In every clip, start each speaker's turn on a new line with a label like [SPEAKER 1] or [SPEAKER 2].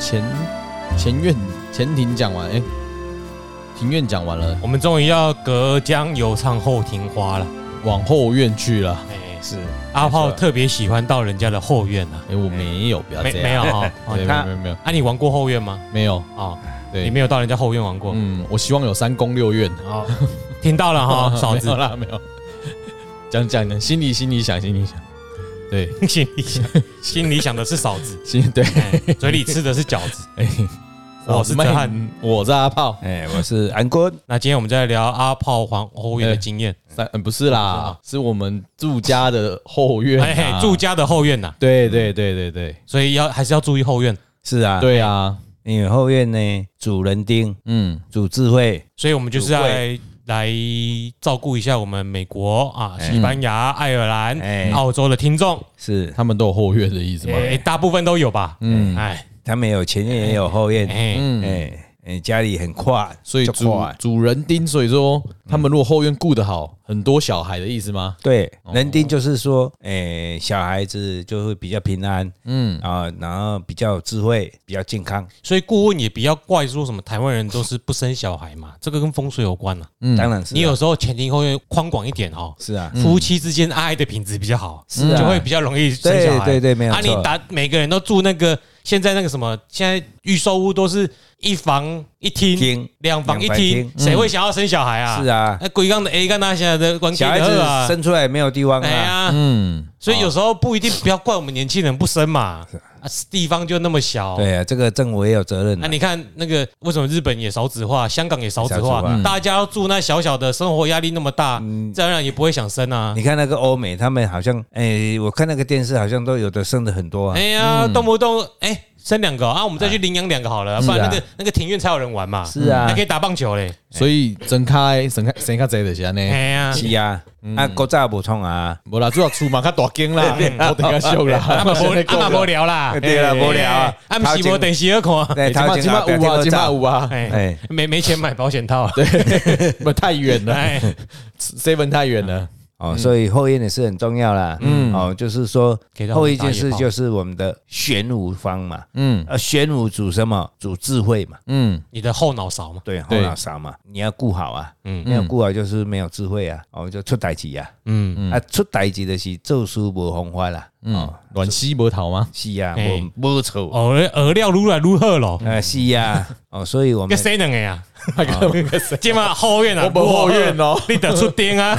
[SPEAKER 1] 前前院前庭讲完，哎、庭院讲完了，
[SPEAKER 2] 我们终于要隔江犹唱后庭花了。
[SPEAKER 1] 往后院去了。
[SPEAKER 2] 哎、是阿炮特别喜欢到人家的后院啊，
[SPEAKER 1] 哎、我没有，不要
[SPEAKER 2] 没
[SPEAKER 1] 这
[SPEAKER 2] 没有
[SPEAKER 1] 样，
[SPEAKER 2] 哈、哦
[SPEAKER 1] 对，没
[SPEAKER 3] 他
[SPEAKER 1] 有没有没有
[SPEAKER 2] 啊，你玩过后院吗？
[SPEAKER 1] 没有，
[SPEAKER 2] 哦，你
[SPEAKER 1] 对，
[SPEAKER 2] 没有到人家后院玩过。
[SPEAKER 1] 嗯，我希望有三宫六院。
[SPEAKER 2] 哦，听到了哈、嫂
[SPEAKER 1] 没
[SPEAKER 2] 哦子
[SPEAKER 1] 有，啦，没有。讲讲的，心里心里想，心里想，对，
[SPEAKER 2] 心里想，心里想的是嫂子，
[SPEAKER 1] 心对，
[SPEAKER 2] 哎嘴里吃的是饺 子。
[SPEAKER 1] 哎、
[SPEAKER 2] 我是
[SPEAKER 1] 妹
[SPEAKER 2] 哲汉，
[SPEAKER 1] 我是阿炮，
[SPEAKER 3] 哎，我是安坤，
[SPEAKER 2] 那今天我们再聊阿炮还后院的
[SPEAKER 1] 哎
[SPEAKER 2] 经验，
[SPEAKER 1] 三、呃不是啦，是我们住家的后院、
[SPEAKER 2] 哎、
[SPEAKER 1] 啊，
[SPEAKER 2] 住，家的后院呐、
[SPEAKER 1] 对对对对对，
[SPEAKER 2] 所以要还是要注意后院。
[SPEAKER 3] 是啊，，
[SPEAKER 1] 对啊，
[SPEAKER 3] 因为后院呢，主人丁，
[SPEAKER 1] 嗯，
[SPEAKER 3] 主智慧，
[SPEAKER 2] 所以我们就是要来来照顾一下我们美国啊、
[SPEAKER 1] 哎
[SPEAKER 2] 西班牙、爱尔兰、
[SPEAKER 3] 哎
[SPEAKER 2] 澳洲的听众，
[SPEAKER 3] 是
[SPEAKER 1] 他们都有后院的意思吗？
[SPEAKER 2] 哎，大部分都有吧？嗯，哎
[SPEAKER 3] 他们有前院也有后院，哎
[SPEAKER 2] 哎，
[SPEAKER 3] 哎哎，家里很跨，
[SPEAKER 1] 所以
[SPEAKER 3] 就
[SPEAKER 1] 主
[SPEAKER 3] 跨
[SPEAKER 1] 主人丁，所以说他们如果后院顾得好，很多小孩的意思吗？
[SPEAKER 3] 对，人丁就是说，哎，小孩子就会比较平安，嗯啊，然后比较有智慧，比较健康，
[SPEAKER 2] 所以顾问也比较怪说什么台湾人都是不生小孩嘛，这个跟风水有关啊。
[SPEAKER 3] 当然是啊
[SPEAKER 2] 你有时候前庭后院宽广一点哦，
[SPEAKER 3] 是啊，
[SPEAKER 2] 夫妻之间爱的品质比较好，
[SPEAKER 3] 是啊
[SPEAKER 2] 就会比较容易生
[SPEAKER 3] 对
[SPEAKER 2] 小孩。
[SPEAKER 3] 对对没有
[SPEAKER 2] 啊，你
[SPEAKER 3] 错
[SPEAKER 2] 打每个人都住那个现在那个什么，现在预售屋都是一房一厅
[SPEAKER 3] 厅、
[SPEAKER 2] 两房一
[SPEAKER 3] 两房一
[SPEAKER 2] 厅
[SPEAKER 3] 厅，嗯
[SPEAKER 2] 谁会想要生小孩啊？
[SPEAKER 3] 是啊，
[SPEAKER 2] 那鬼刚的 A 干那现在的关
[SPEAKER 3] 小孩子
[SPEAKER 2] 啊，
[SPEAKER 3] 生出来没有地方
[SPEAKER 2] 哎
[SPEAKER 3] 啊，
[SPEAKER 2] 呀，
[SPEAKER 1] 嗯，
[SPEAKER 2] 所以有时候不一定不要怪我们年轻人不生嘛，啊，地方就那么小。
[SPEAKER 3] 对啊，这个政府也有责任
[SPEAKER 2] 那
[SPEAKER 3] 啊，
[SPEAKER 2] 你看那个为什么日本也少子化，香港也少子
[SPEAKER 3] 少子化
[SPEAKER 2] 化，
[SPEAKER 3] 嗯
[SPEAKER 2] 大家要住那小小的，生活压力那么大，自然而然也不会想生啊。
[SPEAKER 3] 你看那个欧美，他们好像，哎，我看那个电视好像都有的生的很多啊
[SPEAKER 2] 哎，呀，动不动哎生两个啊，我们再去领养两个好了，不然那个那个庭院才有人玩嘛，
[SPEAKER 3] 啊是啊
[SPEAKER 2] 还可以打棒球嘞。
[SPEAKER 1] 所以睁开睁开睁开这就是安尼。
[SPEAKER 2] 哎呀，
[SPEAKER 3] 是啊，
[SPEAKER 1] 嗯
[SPEAKER 3] 啊，国早无 创啊，
[SPEAKER 1] 无啦，主要出门较大间啦，
[SPEAKER 2] 哎
[SPEAKER 1] 我等下笑啦，
[SPEAKER 2] 阿
[SPEAKER 1] 阿
[SPEAKER 2] 妈无阿妈无聊啦，
[SPEAKER 3] 对啦
[SPEAKER 2] 哎
[SPEAKER 3] 无聊啊
[SPEAKER 2] 啊，不是无电视要看。
[SPEAKER 3] 对，
[SPEAKER 1] 今
[SPEAKER 3] 头
[SPEAKER 1] 晚
[SPEAKER 3] 前
[SPEAKER 1] 今
[SPEAKER 3] 后
[SPEAKER 1] 晚
[SPEAKER 3] 壁
[SPEAKER 1] 有啊，
[SPEAKER 3] 都
[SPEAKER 1] 今晚
[SPEAKER 3] 走
[SPEAKER 1] 有啊，
[SPEAKER 2] 哎
[SPEAKER 3] 哎，
[SPEAKER 2] 没没钱买保险套，
[SPEAKER 1] 对，不太远了
[SPEAKER 2] 哎，
[SPEAKER 1] ，seven 太远了，
[SPEAKER 3] 哦，所以后院也是很重要啦。嗯，哦，就是说
[SPEAKER 2] 给到我
[SPEAKER 3] 后
[SPEAKER 2] 们
[SPEAKER 3] 一件
[SPEAKER 2] 打野
[SPEAKER 3] 事
[SPEAKER 2] 炮
[SPEAKER 3] 就是我们的玄武方嘛，
[SPEAKER 1] 嗯
[SPEAKER 3] 呃，玄武主什么？主智慧嘛，
[SPEAKER 1] 嗯，
[SPEAKER 2] 你的后脑勺嘛，
[SPEAKER 3] 对，后
[SPEAKER 1] 对
[SPEAKER 3] 脑勺嘛，你要顾好啊，
[SPEAKER 2] 嗯
[SPEAKER 3] 嗯，你要顾好就是没有智慧啊，哦，就出代志啊，
[SPEAKER 2] 嗯，
[SPEAKER 3] 啊，出代志就是做事无方法啦，哦
[SPEAKER 1] 嗯，
[SPEAKER 2] 哦
[SPEAKER 1] 哎暖西波头吗？
[SPEAKER 3] 是啊，
[SPEAKER 2] 嘿
[SPEAKER 3] 无无错，
[SPEAKER 2] 哦，饵料如来如何咯？
[SPEAKER 3] 啊，是啊，
[SPEAKER 1] 嗯
[SPEAKER 3] 哦，所以我
[SPEAKER 2] 个
[SPEAKER 3] 们
[SPEAKER 2] 谁能个 呀？
[SPEAKER 3] 啊
[SPEAKER 2] 今嘛后院啊，
[SPEAKER 1] 我没后院哦
[SPEAKER 2] 你得出丁 啊，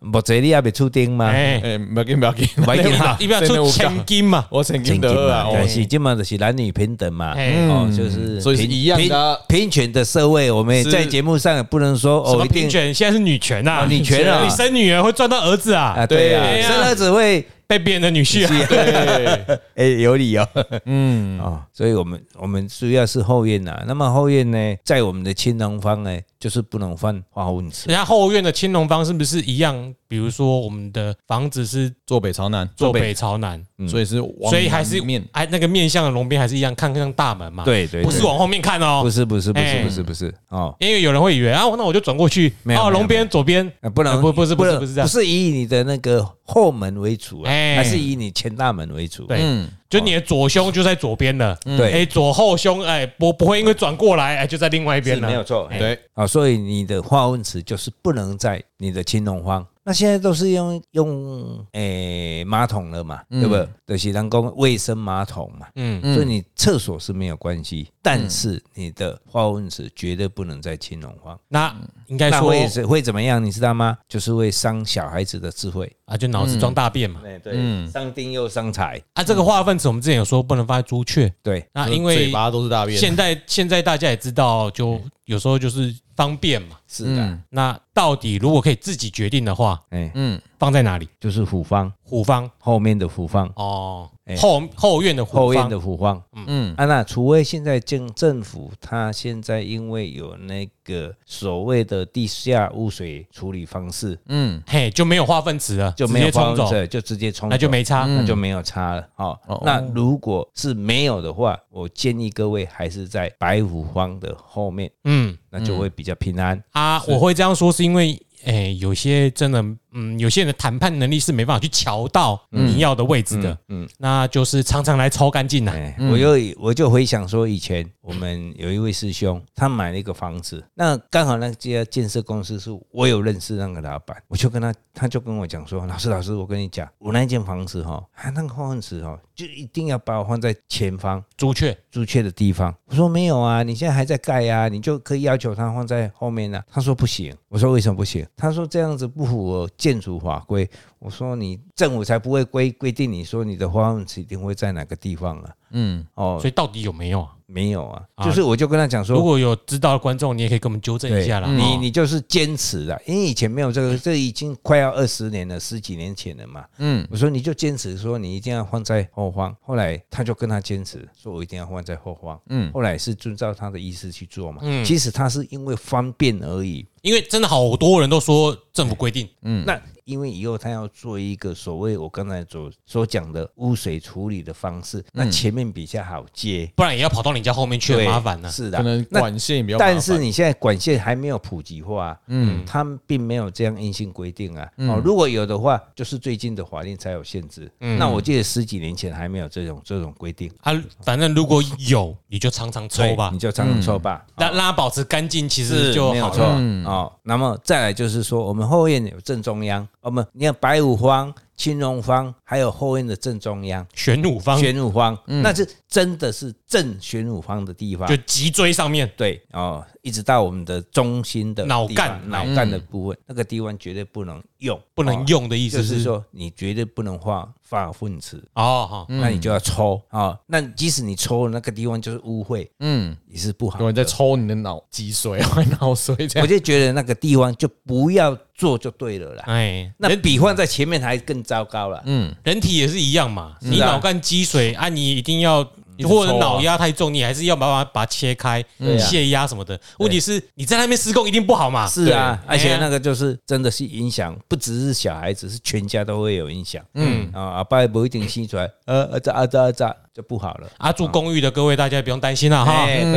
[SPEAKER 3] 木者你也别出丁嘛，
[SPEAKER 2] 哎，
[SPEAKER 1] 哎，不要紧不要紧，
[SPEAKER 3] 要紧啦
[SPEAKER 2] 你不要出千金嘛，
[SPEAKER 1] 我曾经的
[SPEAKER 2] 哦
[SPEAKER 1] 啊，
[SPEAKER 3] 但是今嘛就是男女平等嘛，
[SPEAKER 2] 哎，
[SPEAKER 3] 哦，就是
[SPEAKER 1] 所以是
[SPEAKER 3] 平
[SPEAKER 1] 一样的啊
[SPEAKER 3] 平平权的社会，我们也
[SPEAKER 1] 是
[SPEAKER 3] 在节目上也不能说
[SPEAKER 2] 什
[SPEAKER 3] 哦
[SPEAKER 2] 么
[SPEAKER 3] 一定
[SPEAKER 2] 平权？现在是女权呐，
[SPEAKER 3] 哦女权啊
[SPEAKER 2] 你生女儿会赚到儿子啊
[SPEAKER 3] 啊，，对
[SPEAKER 1] 对
[SPEAKER 3] 啊，
[SPEAKER 2] 啊
[SPEAKER 3] 生儿子会
[SPEAKER 2] 被别人的女婿啊，
[SPEAKER 1] 对，
[SPEAKER 3] 哎有理由
[SPEAKER 1] 嗯
[SPEAKER 3] 啊，所以我们我们主要是后院呐，那么后院呢，在我们的青龙方呢，就是不能犯花文字，
[SPEAKER 2] 人家后院的青龙方是不是一样？比如说我们的房子是
[SPEAKER 1] 坐北朝南，
[SPEAKER 2] 坐北朝南，
[SPEAKER 1] 所以是往南
[SPEAKER 2] 所以还是
[SPEAKER 1] 面，
[SPEAKER 2] 哎那个面向的龙边还是一样，看向大门嘛，，
[SPEAKER 3] 对对，
[SPEAKER 2] 不是
[SPEAKER 3] 对
[SPEAKER 2] 往后面看哦，
[SPEAKER 3] 不是不是不
[SPEAKER 2] 哎
[SPEAKER 3] 是不是不是哦。
[SPEAKER 2] 因为有人会以为啊，那我就转过去，
[SPEAKER 3] 没有
[SPEAKER 2] 哦，
[SPEAKER 3] 没有
[SPEAKER 2] 龙边左边
[SPEAKER 3] 啊，不能
[SPEAKER 2] 呃不不是不是
[SPEAKER 3] 能
[SPEAKER 2] 不是这样
[SPEAKER 3] 不是以你的那个后门为主啊，
[SPEAKER 2] 哎
[SPEAKER 3] 还是以你前大门为主。啊
[SPEAKER 2] 对
[SPEAKER 1] 嗯，
[SPEAKER 2] 就你的左胸就在左边了，
[SPEAKER 3] 嗯对
[SPEAKER 2] 哎，左后胸，哎，不不会因为转过来，哎，就在另外一边
[SPEAKER 3] 是
[SPEAKER 2] 了，
[SPEAKER 3] 没有错，哎
[SPEAKER 1] 对，
[SPEAKER 3] 啊，所以你的化粪池就是不能在你的青龙方。那现在都是用用诶、马桶了嘛，对不？就是人工卫生马桶嘛，
[SPEAKER 2] 嗯，
[SPEAKER 3] 所以你厕所是没有关系，但是你的化粪池绝对不能在青龙方。
[SPEAKER 2] 那应该
[SPEAKER 3] 那
[SPEAKER 2] 说
[SPEAKER 3] 会是会怎么样？你知道吗？就是会伤小孩子的智慧。
[SPEAKER 2] 啊，就脑子装大便嘛，
[SPEAKER 3] 哎，对，伤丁又伤财。
[SPEAKER 2] 啊，这个化粪池我们之前有说不能放在朱雀，
[SPEAKER 3] 对，
[SPEAKER 2] 那因为
[SPEAKER 1] 嘴巴都是大便，
[SPEAKER 2] 现在现在大家也知道，就有时候就是方便嘛，
[SPEAKER 3] 是的，
[SPEAKER 2] 那到底如果可以自己决定的话，
[SPEAKER 3] 哎，
[SPEAKER 1] 嗯，
[SPEAKER 2] 放在哪里？
[SPEAKER 3] 就是虎方
[SPEAKER 2] 虎方
[SPEAKER 3] 后面的虎方，
[SPEAKER 2] 哦
[SPEAKER 3] 哎，
[SPEAKER 2] 后后院的虎
[SPEAKER 3] 后院
[SPEAKER 2] 方，
[SPEAKER 3] 的虎方。
[SPEAKER 1] 嗯
[SPEAKER 3] 啊，那除非现在政政府，它现在因为有那个所谓的地下污水处理方式，
[SPEAKER 1] 嗯，
[SPEAKER 2] 嘿，就没有化粪池了，
[SPEAKER 3] 就
[SPEAKER 2] 直
[SPEAKER 3] 没有
[SPEAKER 2] 接冲
[SPEAKER 3] 放
[SPEAKER 2] 走，
[SPEAKER 3] 这，就直接冲走，嗯
[SPEAKER 2] 那就没嗯差。
[SPEAKER 3] 那就没有差了。好、
[SPEAKER 1] 哦
[SPEAKER 3] 那如果是没有的话，我建议各位还是在白虎方的后面，
[SPEAKER 2] 嗯
[SPEAKER 3] 那就会比较平安。
[SPEAKER 2] 啊，我会这样说是因为，诶，有些真的嗯，有些人的谈判能力是没办法去瞧到你要的位置的，
[SPEAKER 3] 嗯，
[SPEAKER 2] 那就是常常来抽干净啦。啊
[SPEAKER 3] 哎，我又我就回想说，以前我们有一位师兄，他买了一个房子，那刚好那家建设公司是我有认识那个老板，我就跟他，他就跟我讲说，老师老师，我跟你讲，我那间房子哈，啊那个化粪池哈，就一定要把我放在前方
[SPEAKER 2] 朱雀，
[SPEAKER 3] 朱雀的地方。我说没有啊，你现在还在盖啊，你就可以要求他放在后面啊。他说不行，我说为什么不行？他说这样子不符合建筑法规。我说你政府才不会规规定你说你的化粪池一定会在哪个地方啊。
[SPEAKER 1] 嗯，
[SPEAKER 3] 哦
[SPEAKER 2] 所，以到底有没有啊？
[SPEAKER 3] 没有啊，
[SPEAKER 2] 啊
[SPEAKER 3] 就是我就跟他讲
[SPEAKER 2] 如
[SPEAKER 3] 说，
[SPEAKER 2] 果有知道的观众，你也可以给我们纠正一下啦。
[SPEAKER 1] 对嗯
[SPEAKER 2] 哦
[SPEAKER 3] 你你就是坚持的，因为以前没有这个，这已经快要二十年了，十几年前了嘛。
[SPEAKER 1] 嗯，
[SPEAKER 3] 我说你就坚持说你一定要放在后方，后来他就跟他坚持说，我一定要放在后方。
[SPEAKER 1] 嗯
[SPEAKER 3] 嗯，后来是遵照他的意思去做嘛。
[SPEAKER 2] 嗯
[SPEAKER 3] 嗯，其实他是因为方便而已。
[SPEAKER 2] 因为真的好多人都说政府规定，
[SPEAKER 1] 嗯
[SPEAKER 3] 那因为以后他要做一个所谓我刚才所所讲的污水处理的方式，那前面比较好接，
[SPEAKER 2] 不然也要跑到你家后面去，很啊
[SPEAKER 3] 对
[SPEAKER 2] 麻烦呢。
[SPEAKER 3] 是的，
[SPEAKER 1] 可能
[SPEAKER 3] 那
[SPEAKER 1] 管线比较麻烦，
[SPEAKER 3] 但是你现在管线还没有普及化、嗯，他们并没有这样硬性规定啊。哦，如果有的话，就是最近的法令才有限制。那我记得十几年前还没有这种这种规定，哎
[SPEAKER 2] 啊，反正如果有，你就常常抽吧
[SPEAKER 3] 你，就常常抽吧。
[SPEAKER 2] 让让它保持干净，其实就
[SPEAKER 3] 没有
[SPEAKER 2] 好
[SPEAKER 3] 错
[SPEAKER 2] 了。嗯
[SPEAKER 3] 哦。那么再来就是说，我们后院有正中央，我们你看白五方、青龙方，还有后院的正中央
[SPEAKER 2] 玄武方
[SPEAKER 3] 玄武方，那是真的是正玄武方的地方
[SPEAKER 2] 嗯就。脊椎上面，
[SPEAKER 3] 对哦，一直到我们的中心的
[SPEAKER 2] 脑
[SPEAKER 3] 地方
[SPEAKER 2] 干嗯
[SPEAKER 3] 脑干的部分，那个地方绝对不能用，
[SPEAKER 2] 不能
[SPEAKER 3] 哦
[SPEAKER 2] 用的意
[SPEAKER 3] 就
[SPEAKER 2] 思
[SPEAKER 3] 是
[SPEAKER 2] 是
[SPEAKER 3] 说你绝对不能画化粪池，
[SPEAKER 2] 哦，好，
[SPEAKER 3] 那你就要抽啊、哦那即使你抽那个地方就是污秽，
[SPEAKER 1] 嗯，
[SPEAKER 3] 也是不好
[SPEAKER 1] 有人在
[SPEAKER 3] 的。
[SPEAKER 1] 抽你的脑脊髓，脑髓这
[SPEAKER 3] 我
[SPEAKER 1] 样，
[SPEAKER 3] 就觉得那个地方就不要做就对了啦。
[SPEAKER 2] 哎，
[SPEAKER 3] 那比换在前面还更糟糕了。
[SPEAKER 1] 嗯，
[SPEAKER 2] 人体也是一样嘛，
[SPEAKER 3] 啊
[SPEAKER 2] 你脑干积水啊，你一定要。
[SPEAKER 1] 直
[SPEAKER 2] 或者
[SPEAKER 1] 抽啊
[SPEAKER 2] 脑压太重，你还是要把它把它切开、
[SPEAKER 3] 对啊
[SPEAKER 2] 泄压什么的。问题是你在那边施工一定不好嘛？
[SPEAKER 3] 是啊，
[SPEAKER 2] 对
[SPEAKER 3] 而且那
[SPEAKER 2] 哎呀
[SPEAKER 3] 个就是真的是影响，不只是小孩子，是全家都会有影响。嗯啊，阿爸也不一定吸出来，呃，啊咋啊咋啊咋就不好了。
[SPEAKER 2] 啊，住公寓的各位大家也不用担心了哈。
[SPEAKER 3] 哎，
[SPEAKER 1] 嗯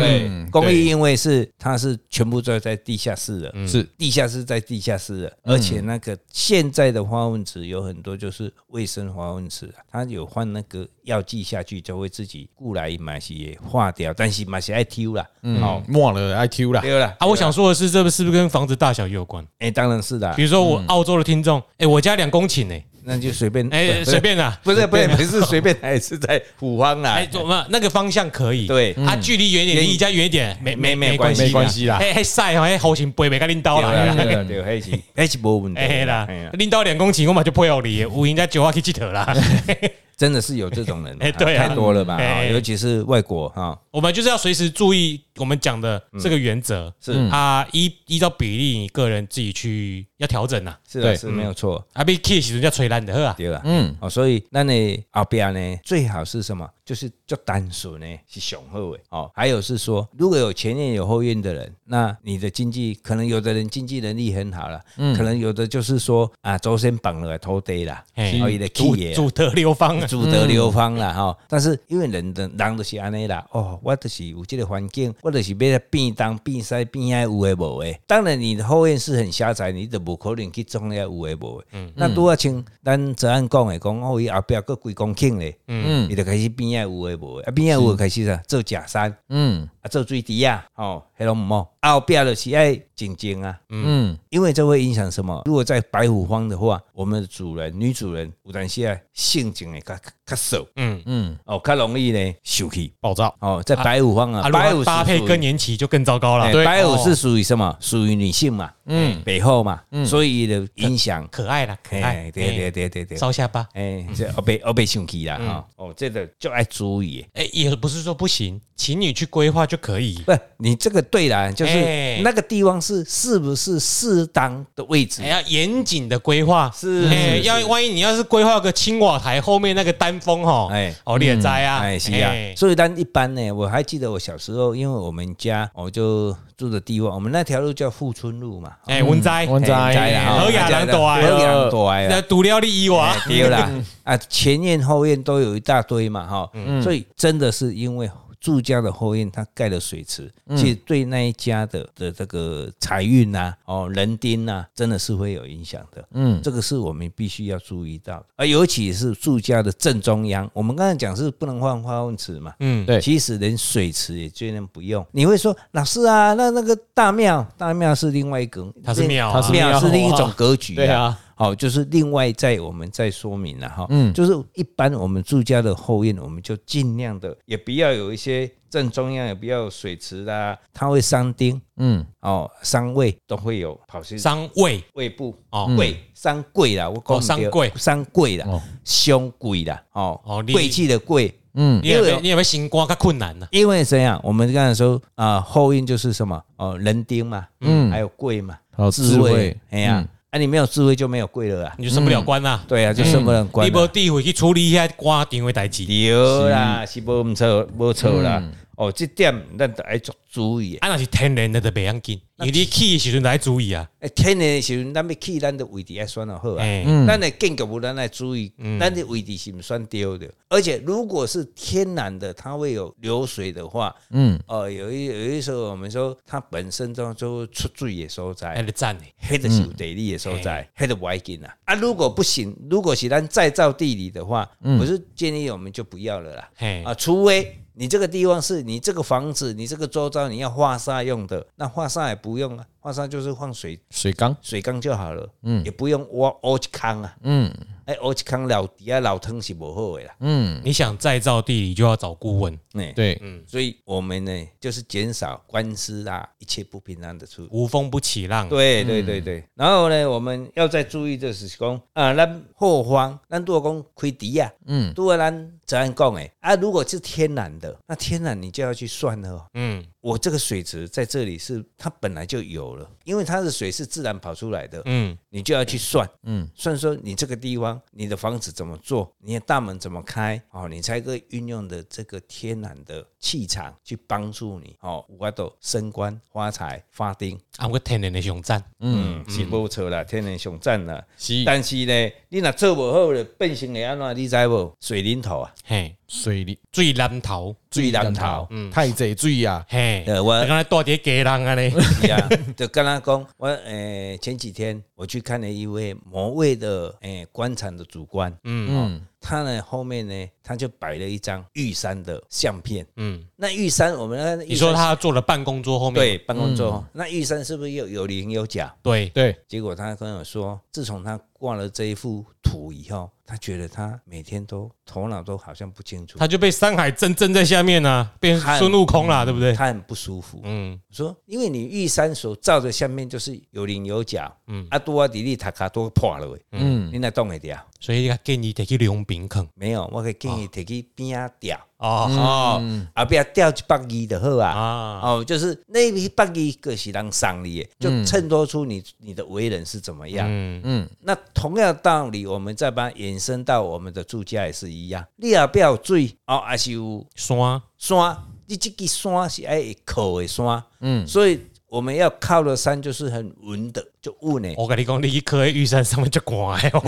[SPEAKER 3] 对，公
[SPEAKER 1] 对
[SPEAKER 3] 寓因为是它是全部都在地下室的，
[SPEAKER 2] 嗯
[SPEAKER 1] 是
[SPEAKER 3] 地下室在地下室的，而且那个现在的化粪池有很多就是卫生化粪池啊，它有换那个药剂下去就会自己固来嘛是也化掉，但是嘛是爱丢啦，哦
[SPEAKER 1] 好，嗯忘了 IQ 啦，
[SPEAKER 3] 丢啦
[SPEAKER 2] 嗯啊，我想说的是，这个是不是跟房子大小也有关？
[SPEAKER 3] 哎，当然是啦
[SPEAKER 2] 比，如说我澳洲的听众，哎，我家两公顷呢，
[SPEAKER 3] 那就随便
[SPEAKER 2] 哎，随。便啦，
[SPEAKER 3] 不是不是不是随便来，是在虎方啦
[SPEAKER 2] 哎，。我们那个方向可以，
[SPEAKER 3] 对
[SPEAKER 2] 啊，距离远一点，
[SPEAKER 3] 远
[SPEAKER 2] 离家远一点，没没
[SPEAKER 3] 没
[SPEAKER 2] 没
[SPEAKER 3] 没
[SPEAKER 2] 关系啦，
[SPEAKER 1] 没关系啦
[SPEAKER 2] 哎，哎晒哦，哎，好型杯没跟拎刀
[SPEAKER 3] 对啊啦
[SPEAKER 2] 啦，
[SPEAKER 3] 对啦 对啦，还是还是无问题
[SPEAKER 2] 哎
[SPEAKER 3] 啦
[SPEAKER 2] 啦。
[SPEAKER 3] 哎呀，
[SPEAKER 2] 拎刀两公顷，我嘛就配合 你，有人家酒啊去佚佗啦，
[SPEAKER 3] 真的是有这种人啊，
[SPEAKER 2] 哎对啊
[SPEAKER 3] 太多了吧？
[SPEAKER 2] 哎
[SPEAKER 3] 哦尤其是外国哈，
[SPEAKER 2] 我们就是要随时注意我们讲的这个原则，
[SPEAKER 3] 嗯是
[SPEAKER 2] 啊，依依照比例，你个人自己去要调整啦，
[SPEAKER 3] 是
[SPEAKER 1] 对
[SPEAKER 3] 的是没有错。
[SPEAKER 2] 啊，被 K 时人家吹烂的，好啊，
[SPEAKER 3] 对啦，
[SPEAKER 1] 嗯
[SPEAKER 3] 嗯，哦，所以那你后边呢，最好是什么？就是就单纯呢是雄厚的哦。还有是说，如果有前院有后院的人，那你的经济可能有的人经济能力很好了，
[SPEAKER 2] 嗯
[SPEAKER 3] 可能有的就是说啊，周身绑了偷逮啦，
[SPEAKER 2] 嘿
[SPEAKER 3] 哦，伊的
[SPEAKER 2] 主
[SPEAKER 3] 企业啊
[SPEAKER 2] 主得流芳啊，
[SPEAKER 3] 主得流芳啦吼，但是因为人的人就是安尼啦，哦，我就是有这个环境，我就是要来变东变西变遐有诶无诶。当然你的后院是很狭窄，你都无可能去种遐有诶无诶。那拄啊像咱昨暗讲诶，讲哦伊后壁佫几公顷咧，嗯，伊就开始变遐有诶无诶，啊变遐有诶开始啥做假山。
[SPEAKER 1] 嗯
[SPEAKER 3] 啊，做水池啊，哦，迄拢毋好，后壁就是爱竞争啊，
[SPEAKER 1] 嗯
[SPEAKER 3] 因为这会影响什么？如果在白虎荒的话，我们的主人、女主人有当时啊性情会较较瘦
[SPEAKER 2] 嗯，
[SPEAKER 1] 嗯，
[SPEAKER 3] 哦，较容易呢受气
[SPEAKER 2] 暴躁
[SPEAKER 3] 哦。在白虎荒啊，
[SPEAKER 2] 啊，如
[SPEAKER 3] 白虎
[SPEAKER 2] 果
[SPEAKER 3] 是
[SPEAKER 2] 搭配
[SPEAKER 3] 属于
[SPEAKER 2] 更年期就更糟糕了哦
[SPEAKER 3] 哎，白虎是属于什么？属于女性嘛，
[SPEAKER 1] 嗯
[SPEAKER 3] 嗯，背后嘛，所以它的影响，
[SPEAKER 2] 可爱啦，可爱
[SPEAKER 3] 哎，，对对对对对，
[SPEAKER 2] 烧下巴。
[SPEAKER 3] 哎，这后被后被生气
[SPEAKER 2] 嗯
[SPEAKER 3] 啦哈，哦，这个就爱注意的。
[SPEAKER 2] 哎、也不是说不行，请你去规划就可以。
[SPEAKER 3] 不，你这个对啦，就是
[SPEAKER 2] 哎
[SPEAKER 3] 那个地方是是不是适当的位置
[SPEAKER 2] 哎还？要严谨的规划，
[SPEAKER 3] 是
[SPEAKER 2] 哎
[SPEAKER 3] 是
[SPEAKER 2] 要万一你要是规划个青瓦台后面那个单峰哈，哎
[SPEAKER 3] 哎，
[SPEAKER 2] 哦，你也栽啊，
[SPEAKER 3] 哎，是啊
[SPEAKER 2] 哎，
[SPEAKER 3] 所以咱一般呢，我还记得我小时候，因为我们家我就住的地方，我们那条路叫富春路嘛，
[SPEAKER 2] 哎，文栽，
[SPEAKER 1] 文知
[SPEAKER 3] 哎知啦
[SPEAKER 2] 好野人大的
[SPEAKER 3] 好野人大的
[SPEAKER 2] 那
[SPEAKER 3] 啦，
[SPEAKER 2] 独料你以外
[SPEAKER 3] 哎，
[SPEAKER 1] 嗯
[SPEAKER 3] 对啦，啊，前院后院都有一大堆嘛，哈，所以真的是因为住家的后院，它盖了水池，
[SPEAKER 1] 嗯
[SPEAKER 3] 其实对那一家的的这个财运呐、哦人丁呐、真的是会有影响的。
[SPEAKER 1] 嗯，
[SPEAKER 3] 这个是我们必须要注意到的，而尤其是住家的正中央，我们刚才讲是不能放化粪池嘛，
[SPEAKER 2] 嗯，
[SPEAKER 1] 对
[SPEAKER 3] 其实连水池也尽量不用。你会说老师啊，那那个大庙，大庙是另外一个，
[SPEAKER 2] 它是庙啊，
[SPEAKER 1] 它是
[SPEAKER 3] 庙是另一种
[SPEAKER 1] 哇
[SPEAKER 3] 格局、
[SPEAKER 1] 对。啊，
[SPEAKER 3] 好，就是另外再我们再说明了哈，
[SPEAKER 1] 嗯
[SPEAKER 3] 就是一般我们住家的后院，我们就尽量的也不要有一些正中央，也不要有水池啦、它会伤丁
[SPEAKER 1] 嗯，
[SPEAKER 3] 哦，伤胃都会有跑去
[SPEAKER 2] 商位
[SPEAKER 3] 胃部
[SPEAKER 2] 哦
[SPEAKER 3] 贵伤贵啦，我讲
[SPEAKER 2] 哦伤
[SPEAKER 3] 对
[SPEAKER 2] 贵
[SPEAKER 3] 伤贵啦，
[SPEAKER 1] 哦，
[SPEAKER 3] 凶贵啦，
[SPEAKER 2] 哦
[SPEAKER 3] 哦，
[SPEAKER 2] 你
[SPEAKER 3] 贵气的贵，
[SPEAKER 1] 嗯，
[SPEAKER 2] 你有没
[SPEAKER 3] 因
[SPEAKER 2] 有
[SPEAKER 3] 为
[SPEAKER 2] 你有没有行光？较困难啊呢？
[SPEAKER 3] 因为怎样？我们刚才说啊、后运就是什么哦，人丁嘛，
[SPEAKER 1] 嗯
[SPEAKER 3] 嗯，还有贵嘛，
[SPEAKER 1] 还有智慧
[SPEAKER 3] 哎呀、
[SPEAKER 1] 嗯
[SPEAKER 3] 啊，你没有智慧就没有贵了啊，
[SPEAKER 2] 你就升不了官啦。
[SPEAKER 3] 对啊，就嗯升不了官
[SPEAKER 2] 你无
[SPEAKER 3] 了。
[SPEAKER 2] 地位去处理遐官场的代志，
[SPEAKER 3] 对啦，是无毋错，无错啦。哦，这点咱得爱做注意的。
[SPEAKER 2] 啊，若是天然的就袂要紧，因为你去的时阵就要注意啊。
[SPEAKER 3] 哎，天然的时阵，咱要去咱的位置要选好好啊。
[SPEAKER 2] 哎，
[SPEAKER 1] 嗯
[SPEAKER 3] 咱的建筑物咱来注意，咱的位置是毋选丢的。而且如果是天然的，它会有流水的话，
[SPEAKER 1] 嗯，
[SPEAKER 3] 哦，有一有一时候我们说它本身就就出水的所
[SPEAKER 2] 还
[SPEAKER 3] 在，
[SPEAKER 2] 得赞诶。
[SPEAKER 3] 黑的是有地理的所在，黑的不要紧啊。啊，如果不行，如果是咱再造地理的话，我是建议我们就不要了啦。
[SPEAKER 2] 嘿，
[SPEAKER 3] 啊，除非你这个地方是你这个房子，你这个周遭你要化煞用的，那化煞也不用啊，化煞就是放水
[SPEAKER 1] 水缸，
[SPEAKER 3] 水缸就好了，嗯，也不用挖挖一坑啊，
[SPEAKER 1] 嗯
[SPEAKER 3] 哎，挖一坑老底下老汤是不好的啦，
[SPEAKER 1] 嗯，
[SPEAKER 2] 你想再造地理，就要找顾问。
[SPEAKER 3] 哎，
[SPEAKER 1] 对，
[SPEAKER 3] 所以我们呢就是减少官司啦，一切不平安的出。
[SPEAKER 2] 无风不起浪。
[SPEAKER 3] 对对对对，然后呢，我们要再注意就是讲啊，咱后方咱如果讲开敌啊，
[SPEAKER 1] 嗯
[SPEAKER 3] 如果咱怎样讲诶啊，如果是天然的，那天然你就要去算了哦。
[SPEAKER 2] 嗯，
[SPEAKER 3] 我这个水池在这里是它本来就有了，因为它的水是自然跑出来的，
[SPEAKER 2] 嗯，
[SPEAKER 3] 你就要去算，
[SPEAKER 1] 嗯，
[SPEAKER 3] 算说你这个地方你的房子怎么做，你的大门怎么开，哦，你才可以运用的这个天然的气场去帮助你，哦，我都升官发财发丁，
[SPEAKER 2] 啊，我天然的上赞，
[SPEAKER 3] 嗯，是不错啦，天然上赞啦。
[SPEAKER 1] 是
[SPEAKER 3] 但是呢，你若做不好了，变成会安怎？你知无？水淋头啊，
[SPEAKER 2] 嘿，
[SPEAKER 1] 水里
[SPEAKER 2] 最难逃，
[SPEAKER 3] 水淋头。
[SPEAKER 1] 太贼水啊呀，
[SPEAKER 2] 嘿，
[SPEAKER 3] 呃我
[SPEAKER 2] 刚才带一个家人啊嘞，
[SPEAKER 3] 是啊，就跟他讲，我诶、呃前几天我去看了一位某位的诶、呃官场的主官，
[SPEAKER 1] 嗯
[SPEAKER 3] 他呢后面呢他就摆了一张玉山的相片。
[SPEAKER 2] 嗯，
[SPEAKER 3] 那玉山我们那
[SPEAKER 2] 你说他坐了办公桌后面，
[SPEAKER 3] 对办公桌，那玉山是不是有有棱有角？
[SPEAKER 2] 对，
[SPEAKER 1] 对，
[SPEAKER 3] 结果他跟我说，自从他挂了这一幅图以后，他觉得他每天都头脑都好像不清楚，
[SPEAKER 2] 他就被山海震震在下面啊，变
[SPEAKER 3] 看
[SPEAKER 2] 孙悟空
[SPEAKER 3] 嗯
[SPEAKER 2] 啦，对不对？
[SPEAKER 3] 他很不舒服。
[SPEAKER 2] 嗯，
[SPEAKER 3] 我说，因为你玉山所造的下面就是有棱有角，嗯，阿多阿迪利塔卡都破了，
[SPEAKER 1] 嗯
[SPEAKER 3] 你那动会掉？
[SPEAKER 2] 所以建议得去两边坑
[SPEAKER 3] 没有，我给建议摕去边啊吊，
[SPEAKER 2] 哦
[SPEAKER 3] 后壁吊一百二就好
[SPEAKER 2] 哦
[SPEAKER 3] 啊。
[SPEAKER 2] 啊，
[SPEAKER 3] 哦，就是那一百二个是人送你的，就衬托出你你的为人是怎么样。
[SPEAKER 2] 嗯，
[SPEAKER 1] 嗯
[SPEAKER 3] 那同样道理，我们再把它延伸到我们的住家也是一样。你也不要水哦，还是有
[SPEAKER 2] 山
[SPEAKER 3] 山，你这个山是爱靠的山，
[SPEAKER 1] 嗯，
[SPEAKER 3] 所以我们要靠的山就是很稳的，就稳的。
[SPEAKER 2] 我跟你讲，你去靠在玉山上面就乖哦，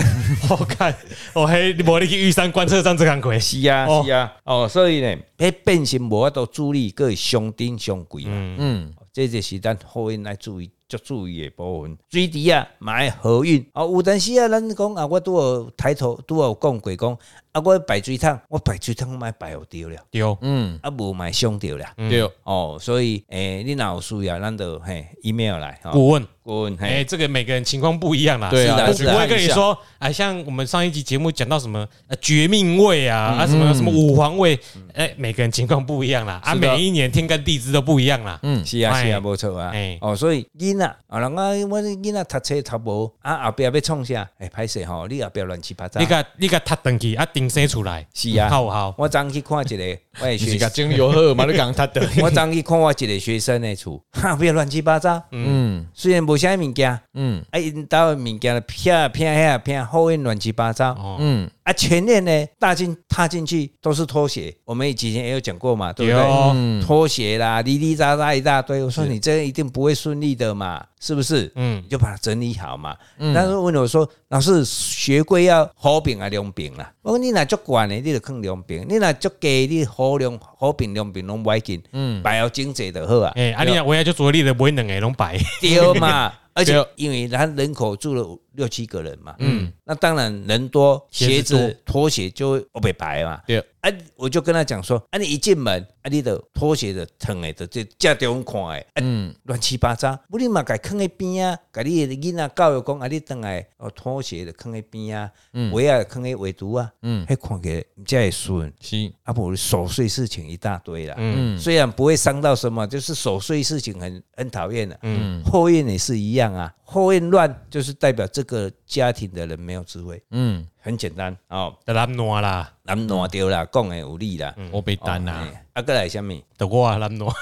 [SPEAKER 2] 我看我还无你去玉山观测站这样鬼，
[SPEAKER 3] 是啊，
[SPEAKER 2] 哦
[SPEAKER 3] 是啊，哦，所以呢，迄变形无法度助力，个上顶上贵嘛。
[SPEAKER 1] 嗯
[SPEAKER 3] 这就是咱后面来注意、足注意的部分。水池啊，嘛要好运哦。有当时啊，咱讲啊，我拄好抬头，拄好有讲过讲啊，我摆水桶，我摆水桶买摆互丢了，
[SPEAKER 2] 对，哦
[SPEAKER 1] 嗯，
[SPEAKER 3] 啊无买伤着了。
[SPEAKER 1] 对，
[SPEAKER 3] 哦，所以诶、你若有需要，咱就嘿 email 来哈。
[SPEAKER 2] 顾问。
[SPEAKER 3] 顾问
[SPEAKER 2] 哎、
[SPEAKER 3] 嘿，
[SPEAKER 2] 这个每个人情况不一样啦，
[SPEAKER 1] 对啊
[SPEAKER 2] 我
[SPEAKER 1] 是
[SPEAKER 2] 我
[SPEAKER 1] 啊
[SPEAKER 2] 不会跟你说，哎，像我们上一集节目讲到什么呃绝命位啊，
[SPEAKER 1] 嗯
[SPEAKER 2] 啊什么什么五皇位，哎、每个人情况不一样啦，啊，
[SPEAKER 1] 是的
[SPEAKER 2] 每一年天干地支都不一样啦，
[SPEAKER 1] 嗯
[SPEAKER 3] 是啊
[SPEAKER 2] 哎
[SPEAKER 3] 是啊，无错啊
[SPEAKER 2] 哎。
[SPEAKER 3] 哦，所以囡仔啊，人啊，我这囡仔读册读无啊，后壁要创啥？哎，歹势吼，你后壁乱七八糟
[SPEAKER 1] 啊
[SPEAKER 2] 你。个你个踢登去啊，顶生出来，
[SPEAKER 3] 是啊
[SPEAKER 2] 好好，
[SPEAKER 3] 我昨去看 一个，我的
[SPEAKER 1] 你
[SPEAKER 3] 学
[SPEAKER 1] 是个精油 好嘛？你讲他的，
[SPEAKER 3] 我昨去看我一个学生的厝，哈，不要乱七八糟。
[SPEAKER 1] 嗯
[SPEAKER 3] 虽然无啥物件，
[SPEAKER 1] 嗯
[SPEAKER 3] 啊，因兜的物件骗骗遐骗，后院乱七八糟。
[SPEAKER 2] 哦，
[SPEAKER 1] 嗯，
[SPEAKER 3] 啊，前面呢，大进踏进去都是拖鞋，我们以前也有讲过嘛，对不对？
[SPEAKER 2] 有
[SPEAKER 1] 嗯
[SPEAKER 3] 拖鞋啦，哩哩喳喳一大堆。我说
[SPEAKER 2] 是
[SPEAKER 3] 你这一定不会顺利的嘛，是不是？
[SPEAKER 2] 嗯
[SPEAKER 3] 你，就把它整理好嘛。
[SPEAKER 1] 嗯
[SPEAKER 3] 但是问我说，老师学过要好饼啊两饼啦。我讲你若足悬的，你就放两饼；你若足低，你好两好饼两饼拢袂紧，
[SPEAKER 1] 嗯
[SPEAKER 3] 摆好整齐就好啊。
[SPEAKER 2] 哎，啊，你若我也就着力的，不会冷哎，拢 白，
[SPEAKER 3] 对嘛？而且
[SPEAKER 1] 对
[SPEAKER 3] 因为他人口住了五六七个人嘛，
[SPEAKER 1] 嗯
[SPEAKER 3] 嗯，那当然人多，鞋
[SPEAKER 2] 鞋子多
[SPEAKER 3] 子拖鞋就会被白嘛。
[SPEAKER 1] 对，
[SPEAKER 3] 啊，我就跟他讲说，啊，你一进门，啊，你的拖鞋的疼的，就这这中看的，啊，
[SPEAKER 1] 嗯
[SPEAKER 3] 乱七八糟，不你嘛该放在边啊，该你的囡仔教育讲，啊，你等来哦，拖鞋的放在边啊，鞋啊放在围堵啊，
[SPEAKER 1] 嗯
[SPEAKER 3] 嗯，还看起来才会顺，
[SPEAKER 1] 是，
[SPEAKER 3] 啊，不琐碎事情一大堆啦，
[SPEAKER 2] 嗯
[SPEAKER 1] 嗯
[SPEAKER 3] 虽然不会伤到什么，就是琐碎事情很很讨厌的、
[SPEAKER 2] 嗯
[SPEAKER 3] 后院也是一样啊，后院乱就是代表这个家庭的人没有智慧，
[SPEAKER 1] 嗯，
[SPEAKER 3] 很简单哦，
[SPEAKER 2] 得咱暖啦，
[SPEAKER 3] 难挪掉啦，讲的有理啦，
[SPEAKER 1] 我被单
[SPEAKER 3] 哦
[SPEAKER 1] 啦，
[SPEAKER 3] 嘿啊，过来什么？
[SPEAKER 2] 得我咱暖，
[SPEAKER 1] 哦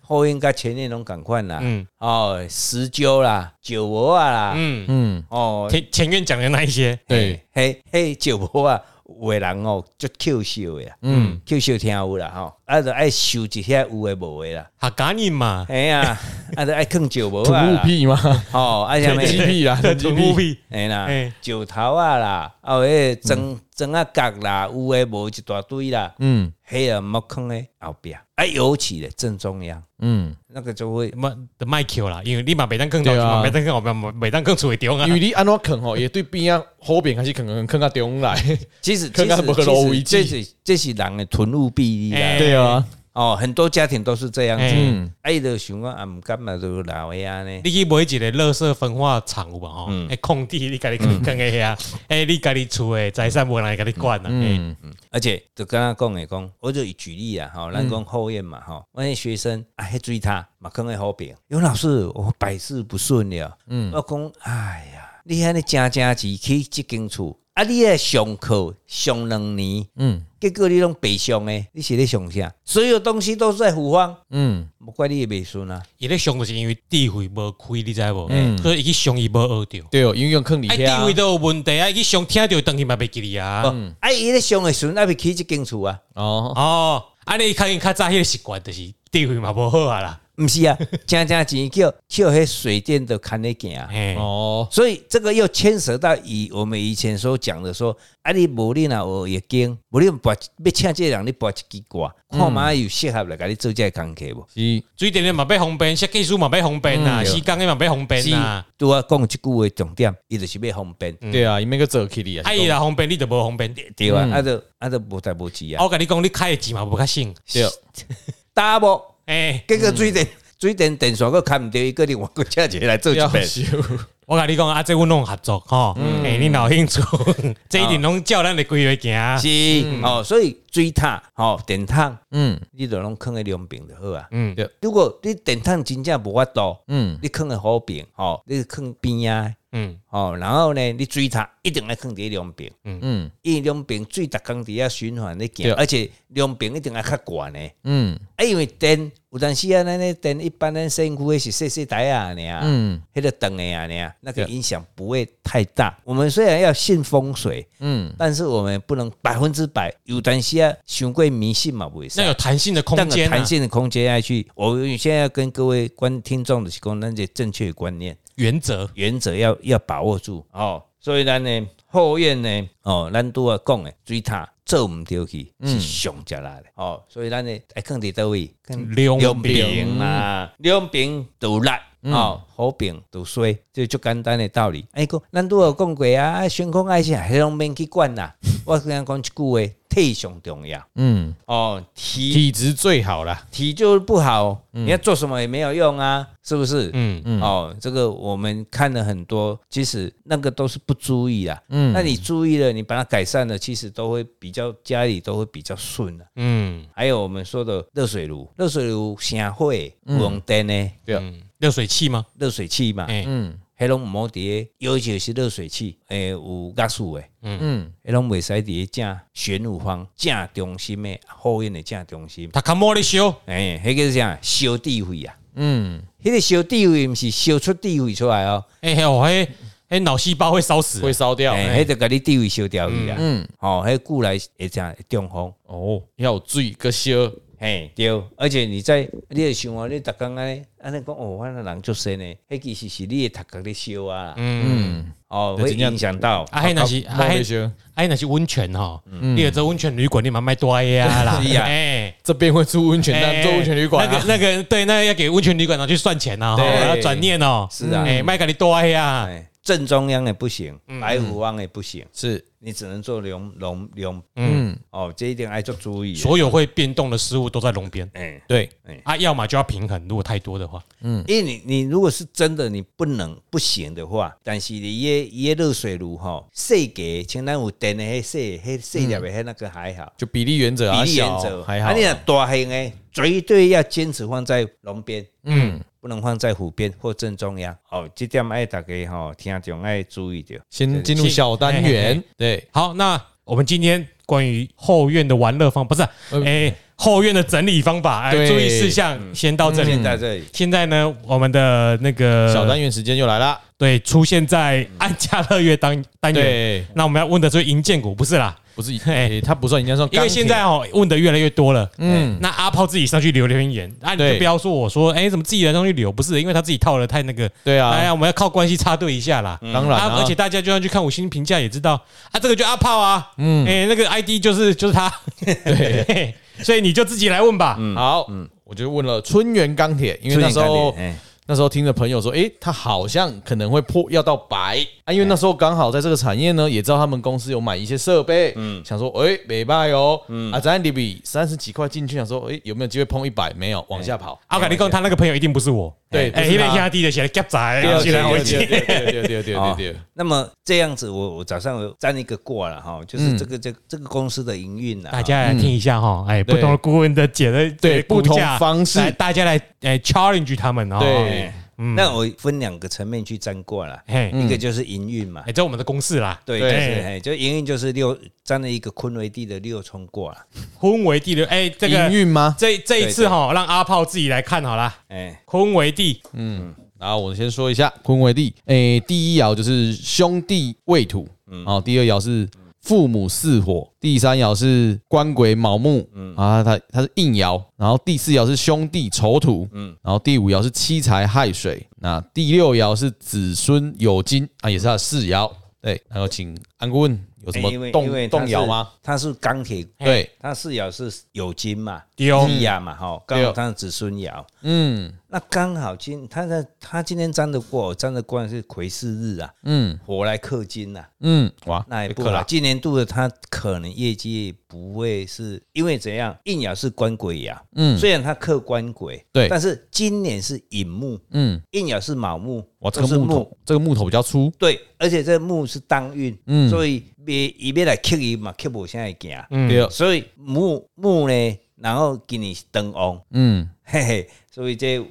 [SPEAKER 3] 后院跟前院拢共款啦，
[SPEAKER 2] 嗯
[SPEAKER 3] 哦，石臼啦，石磨啊啦，
[SPEAKER 2] 嗯，
[SPEAKER 1] 嗯
[SPEAKER 3] 哦，
[SPEAKER 2] 前前院讲的那一些，
[SPEAKER 1] 对，
[SPEAKER 3] 嘿嘿，石磨啊，有的人哦，足扣笑的啊，
[SPEAKER 1] 嗯
[SPEAKER 3] 扣笑听有啦吼，啊，就爱收一下有的无的 啦，
[SPEAKER 2] 哈赶紧嘛，
[SPEAKER 3] 哎呀，啊，就爱啃石磨
[SPEAKER 1] 土
[SPEAKER 3] 啊
[SPEAKER 1] 木
[SPEAKER 3] 啦，
[SPEAKER 1] 屁吗？
[SPEAKER 3] 哦，啊， 什么
[SPEAKER 1] 哎鸡屁 啦，
[SPEAKER 2] 土木屁，
[SPEAKER 3] 哎啦
[SPEAKER 2] 嘿，
[SPEAKER 3] 石头啊啦，啊有迄砖砖啊角啦，有诶无一大堆啦，
[SPEAKER 1] 嗯
[SPEAKER 3] 迄个木坑诶后壁，啊尤其咧正中央
[SPEAKER 1] 嗯，
[SPEAKER 3] 那个就会，
[SPEAKER 2] 嘛得卖球啦，因为你嘛袂当更
[SPEAKER 1] 对啊
[SPEAKER 2] 到，袂当更后面，袂当更出会中啊
[SPEAKER 1] 因，为你安怎坑吼，也对边啊后边开始坑坑坑到中来，
[SPEAKER 3] 其实其
[SPEAKER 1] 看看
[SPEAKER 3] 实
[SPEAKER 1] 有没有危
[SPEAKER 3] 其实
[SPEAKER 1] 机
[SPEAKER 3] 这是这是人的囤物必利啦，
[SPEAKER 2] 哎
[SPEAKER 1] 对啊，
[SPEAKER 3] 哦，很多家庭都是这样
[SPEAKER 2] 哎
[SPEAKER 3] 子，
[SPEAKER 1] 嗯
[SPEAKER 3] 啊伊就想讲啊，毋甘嘛就老啊诶安尼，
[SPEAKER 2] 你去买一个垃圾分化厂有无吼？
[SPEAKER 1] 嗯
[SPEAKER 2] 诶，空地你家己坑坑个遐，诶，你家己厝诶财产无人会甲你管啊哎啦，诶，
[SPEAKER 1] 嗯
[SPEAKER 3] 而且就跟他讲诶讲，我就举例啊，吼，咱讲后院嘛，吼，我那学生啊，迄追他嘛，坑诶好饼，有老师我百事不顺了，嗯，我讲，哎呀，你安尼真真钱去即间厝，啊，你诶上课上两年，
[SPEAKER 1] 嗯
[SPEAKER 3] 结果你拢白上诶，你是咧上啥？所有东西都是在虎方，
[SPEAKER 1] 嗯
[SPEAKER 3] 莫怪你也袂顺啊，
[SPEAKER 2] 伊咧上就是因为智慧无开，你知无哎
[SPEAKER 1] 嗯？
[SPEAKER 2] 所以伊去上伊无学着，
[SPEAKER 1] 对哦，因为用坑里
[SPEAKER 2] 哎，
[SPEAKER 1] 遐
[SPEAKER 2] 智慧都有问题啊！伊去上听着当去嘛袂记哩啊！
[SPEAKER 3] 哦啊，伊咧上诶时阵，啊，袂去即间厝啊，
[SPEAKER 1] 哦，
[SPEAKER 2] 哦，安尼较因较早迄个习惯就是智慧嘛无好啊啦，
[SPEAKER 3] 毋是啊，真真钱叫叫迄水电都牵咧行啊。
[SPEAKER 2] 嘿，
[SPEAKER 1] 哦，
[SPEAKER 3] 所以这个又牵涉到以我们以前所讲的说，啊，你无你若学易经，无你跋要请这个人，你跋一支卦，
[SPEAKER 1] 嗯
[SPEAKER 3] 看嘛有适合来甲你做这个工课无？
[SPEAKER 1] 是，
[SPEAKER 2] 水电的嘛要方便，设计师嘛要方便
[SPEAKER 1] 嗯
[SPEAKER 2] 啊，
[SPEAKER 1] 对
[SPEAKER 2] 施工的嘛要方便啊，
[SPEAKER 3] 拄啊讲即句话重点，伊就是要方便，
[SPEAKER 1] 对啊，伊每个做起哩啊
[SPEAKER 2] 啊，伊若方便你就无方便。
[SPEAKER 3] 对吧？
[SPEAKER 1] 嗯
[SPEAKER 3] 啊，就啊就无代无志
[SPEAKER 2] 啊
[SPEAKER 3] 啊，
[SPEAKER 2] 我甲你讲，你开的钱嘛无较省，哎
[SPEAKER 1] 对，
[SPEAKER 3] 打无，
[SPEAKER 2] 诶，
[SPEAKER 3] 结果水
[SPEAKER 1] 嗯
[SPEAKER 3] 电水电电线佫牵毋着，伊个另外佫请一个来做一
[SPEAKER 1] 要
[SPEAKER 3] 遍。
[SPEAKER 1] 修，
[SPEAKER 2] 我甲你讲啊，这阮拢有合作吼，诶，你若有兴趣，这一定拢照咱的规划行。
[SPEAKER 3] 是哦，所以水塔哦，电烫，
[SPEAKER 1] 嗯
[SPEAKER 3] 你就拢放喺两边就好啊。
[SPEAKER 2] 嗯，
[SPEAKER 1] 对，
[SPEAKER 3] 如果你电烫真正无法度，
[SPEAKER 1] 嗯
[SPEAKER 3] 你放喺好边哦，你放边啊。
[SPEAKER 2] 嗯，
[SPEAKER 3] 哦，然后呢，你水塔一定要放伫两边，
[SPEAKER 1] 嗯
[SPEAKER 3] 因为两边水逐工伫遐循环咧
[SPEAKER 1] 对
[SPEAKER 3] 行，而且两边一定要较悬呢。
[SPEAKER 1] 嗯
[SPEAKER 3] 啊，因为电有当时啊，咱咧电一般咱身躯的是细细台啊，尔啊，
[SPEAKER 1] 嗯
[SPEAKER 3] 迄个灯的啊，尔啊，那个
[SPEAKER 1] 对
[SPEAKER 3] 影响不会太大。我们虽然要信风水，
[SPEAKER 1] 嗯，
[SPEAKER 3] 但是我们不能百分之百。有当时啊，伤过迷信嘛，不会
[SPEAKER 2] 那有弹性的空
[SPEAKER 3] 但
[SPEAKER 2] 间啊，
[SPEAKER 3] 弹性的空间要去，我现在要跟各位观听众的是讲，咱这正确的观念。
[SPEAKER 2] 原则。
[SPEAKER 3] 原则要要把握住哦。所以咱呢后院呢，哦，咱拄啊讲的水塔做毋对去
[SPEAKER 2] 嗯
[SPEAKER 3] 是上食力的哦。所以咱呢爱放伫倒位，放
[SPEAKER 2] 两边
[SPEAKER 3] 边啦，两边啊都力。
[SPEAKER 2] 嗯
[SPEAKER 3] 哦，好饼都衰，这就简单的道理。哎，讲咱拄有讲过啊，悬空爱情迄拢免去 管啦。我跟人讲一句话，体上重要
[SPEAKER 1] 嗯，
[SPEAKER 3] 哦，体
[SPEAKER 1] 体质最好啦，
[SPEAKER 3] 体就是不好，你要做什么也没有用啊，是不是？
[SPEAKER 2] 嗯，
[SPEAKER 3] 哦，这个我们看了很多，其实那个都是不注意啊。嗯，那你注意了，你把它改善了，其实都会比较家里都会比较顺了、啊。
[SPEAKER 2] 嗯，
[SPEAKER 3] 还有我们说的热水炉，热水炉省会
[SPEAKER 2] 嗯
[SPEAKER 3] 用电呢，
[SPEAKER 1] 对，
[SPEAKER 2] 热水器吗？
[SPEAKER 3] 热水器嘛，
[SPEAKER 2] 哎，
[SPEAKER 1] 嗯
[SPEAKER 3] 黑龙毛碟，尤其是热水器，诶、有压缩诶，
[SPEAKER 1] 嗯
[SPEAKER 3] 黑龙袂使伫正玄武方正中心诶后院的正中心，哎
[SPEAKER 2] 他卡莫咧烧，
[SPEAKER 3] 诶、迄个是啥？烧地费啊！
[SPEAKER 1] 嗯
[SPEAKER 3] 迄、迄个烧地位毋是烧出地位出来哦，
[SPEAKER 2] 哎呦，嘿，哎，脑细胞会烧死，
[SPEAKER 4] 会烧掉。
[SPEAKER 3] 哎，迄就甲你地位烧掉去啦。
[SPEAKER 1] 啊嗯，
[SPEAKER 3] 哦，迄古来会这样会中风。
[SPEAKER 4] 哦，要有水个烧，
[SPEAKER 3] 嘿，对，而且你在你会想啊，你逐工安尼安尼讲哦，我那人足身呢，迄其实是你的头壳咧烧啊，
[SPEAKER 2] 嗯，
[SPEAKER 3] 哦，会影响到。
[SPEAKER 2] 啊，嘿，那是
[SPEAKER 4] 啊
[SPEAKER 2] 啊，
[SPEAKER 4] 冒
[SPEAKER 2] 嘿
[SPEAKER 4] 那，些，
[SPEAKER 2] 啊，嘿那是温泉哈，你有这温泉旅馆，你蛮卖多呀啦，
[SPEAKER 3] 是啊
[SPEAKER 2] 哎。
[SPEAKER 4] 这边会出温泉蛋，做温泉旅馆
[SPEAKER 2] 那
[SPEAKER 4] 啊
[SPEAKER 2] 个。那个对，那要给温泉旅馆拿去算钱啊，哈
[SPEAKER 3] 对
[SPEAKER 2] 要转念哦，
[SPEAKER 3] 是啊
[SPEAKER 2] 哎，卖给你多哎呀，
[SPEAKER 3] 哎，正中央也不行，白虎方也不行，
[SPEAKER 1] 是，
[SPEAKER 3] 你只能做龙龙龙
[SPEAKER 1] 嗯，
[SPEAKER 3] 哦，这一点爱做注意的。
[SPEAKER 2] 所有会变动的事物都在龙边
[SPEAKER 3] 哎，
[SPEAKER 1] 对，
[SPEAKER 2] 啊，要么就要平衡，如果太多的话，
[SPEAKER 3] 嗯因为你你如果是真的你不能不行的话，但是你耶耶热水炉吼，细个像咱有电的迄细迄细粒的迄那个还好。
[SPEAKER 1] 就比例原则啊，
[SPEAKER 3] 比例原
[SPEAKER 1] 小
[SPEAKER 3] 则
[SPEAKER 1] 还好
[SPEAKER 3] 啊，你，若大型诶，绝对要坚持放在龙边，
[SPEAKER 1] 嗯，
[SPEAKER 3] 不能放在湖边或正中央。哦，这点爱大家吼、听众爱注意着。
[SPEAKER 1] 先进入小单元，对，
[SPEAKER 2] 好，那我们今天关于后院的玩乐方不是，哎、
[SPEAKER 1] 呃
[SPEAKER 2] 后院的整理方法，哎、
[SPEAKER 1] 对嗯
[SPEAKER 2] 注意事项、先到这里。
[SPEAKER 3] 现在这里，
[SPEAKER 2] 现在呢，我们的那个
[SPEAKER 1] 小单元时间又来啦，
[SPEAKER 2] 对出现在安家乐业单单元，
[SPEAKER 1] 对，
[SPEAKER 2] 那我们要问的是银建股，不是啦，
[SPEAKER 1] 不是，
[SPEAKER 2] 哎
[SPEAKER 1] 诶，它不算，应该算钢铁，
[SPEAKER 2] 因为现在哦问的越来越多了。哎
[SPEAKER 1] 嗯，
[SPEAKER 2] 那阿炮自己上去留留言，啊，你就
[SPEAKER 1] 对
[SPEAKER 2] 不要说我说，哎、怎么自己人上去留？不是，因为他自己套了太那个，
[SPEAKER 1] 对
[SPEAKER 2] 哎
[SPEAKER 1] 啊，
[SPEAKER 2] 呀，我们要靠关系插队一下啦。
[SPEAKER 1] 当然
[SPEAKER 2] 啊，
[SPEAKER 1] 啊，
[SPEAKER 2] 而且大家就算去看五星评价也知道啊，这个就阿炮啊，嗯，哎、那个 ID 就是就是他，对， 所以你就自己来问吧。
[SPEAKER 1] 好，
[SPEAKER 2] 嗯
[SPEAKER 1] 我就问了春园钢铁，因为那时候
[SPEAKER 2] 哎
[SPEAKER 3] 春眼
[SPEAKER 1] 那时候听着朋友说，诶，它好像可能会破要到白啊，因为那时候刚好在这个产业呢，也知道他们公司有买一些设备，嗯，想说，诶，没卖哦，
[SPEAKER 2] 嗯
[SPEAKER 1] 啊，咱里比三十几块进去，想说，诶，有没有机会碰一百？没有，往下跑，
[SPEAKER 2] 阿卡利贡他那个朋友一定不是我，
[SPEAKER 1] 对，
[SPEAKER 2] 哎、
[SPEAKER 1] 不
[SPEAKER 2] 一
[SPEAKER 1] 是
[SPEAKER 2] 个
[SPEAKER 1] 他
[SPEAKER 2] 兄弟的写的夹仔，
[SPEAKER 1] 对
[SPEAKER 2] 竟然
[SPEAKER 1] 对
[SPEAKER 2] 会
[SPEAKER 1] 对
[SPEAKER 2] 接。
[SPEAKER 1] 对对对对对
[SPEAKER 3] 看
[SPEAKER 1] 对
[SPEAKER 3] 哦
[SPEAKER 1] 对，
[SPEAKER 3] 那么这样子我，我早上有占一个卦了哈，
[SPEAKER 1] 嗯
[SPEAKER 3] 就是这个这个这个公司的营运啊，
[SPEAKER 2] 大家来听一下哈，哎，
[SPEAKER 1] 对
[SPEAKER 2] 不同的顾问的解的
[SPEAKER 1] 嗯对
[SPEAKER 2] 解估价
[SPEAKER 1] 不同方式
[SPEAKER 2] 来大家来哎 challenge 他们哦。
[SPEAKER 1] 对嗯
[SPEAKER 3] 那我分两个层面去占卦了，
[SPEAKER 2] 嘿，
[SPEAKER 3] 一个就是营运嘛
[SPEAKER 2] 哎，，这我们的公式啦，
[SPEAKER 3] 对，
[SPEAKER 1] 对
[SPEAKER 3] 就是哎，就营运就是六占了一个坤为地的六冲卦啦，
[SPEAKER 2] 坤为地的，哎，这
[SPEAKER 1] 营
[SPEAKER 2] 个
[SPEAKER 1] 运吗？
[SPEAKER 2] 这这一次哈，让阿炮自己来看好啦。
[SPEAKER 3] 哎，
[SPEAKER 2] 坤为地，
[SPEAKER 1] 然后我先说一下坤为地，诶，第一爻就是兄弟未土，然后第二爻是父母巳火，第三爻是官鬼卯木，啊，它它是应爻，然后第四爻是兄弟丑土，然后第五爻是七财亥水，那第六爻是子孙酉金啊，也是它的世爻。对，然后请安顾问有什么
[SPEAKER 3] 哎因为因为
[SPEAKER 1] 动
[SPEAKER 3] 它
[SPEAKER 1] 动
[SPEAKER 3] 是
[SPEAKER 1] 摇吗？？
[SPEAKER 3] 它是钢铁
[SPEAKER 1] 对，
[SPEAKER 3] 他四爻是酉金嘛，
[SPEAKER 2] 丢
[SPEAKER 3] 地爻嘛，哈，刚
[SPEAKER 1] 哦对
[SPEAKER 3] 好
[SPEAKER 1] 哦
[SPEAKER 3] 他的子孙爻，
[SPEAKER 1] 嗯
[SPEAKER 3] 那刚好今他的他今天占的过，占的过是癸巳日啊，
[SPEAKER 1] 嗯
[SPEAKER 3] 火来克金呐、啊，
[SPEAKER 1] 嗯，哇，
[SPEAKER 3] 那也不
[SPEAKER 1] 克
[SPEAKER 3] 好
[SPEAKER 1] 啦。
[SPEAKER 3] 今年度的他可能业绩不会是因为怎样，应爻是官鬼爻，
[SPEAKER 1] 嗯
[SPEAKER 3] 虽然他克官鬼，
[SPEAKER 1] 对
[SPEAKER 3] 但是今年是寅木，
[SPEAKER 1] 嗯，
[SPEAKER 3] 应爻是卯木，
[SPEAKER 1] 哇，哦这
[SPEAKER 3] 都是
[SPEAKER 1] 个木头，这个木头比较粗，
[SPEAKER 3] 对，而且这木是当运，
[SPEAKER 1] 嗯
[SPEAKER 3] 所以别一边来克伊嘛，克无现在行，
[SPEAKER 2] 嗯
[SPEAKER 1] 对哦，
[SPEAKER 3] 所以木木呢，然后给你登旺。
[SPEAKER 1] 嗯
[SPEAKER 3] 嘿嘿，所以这有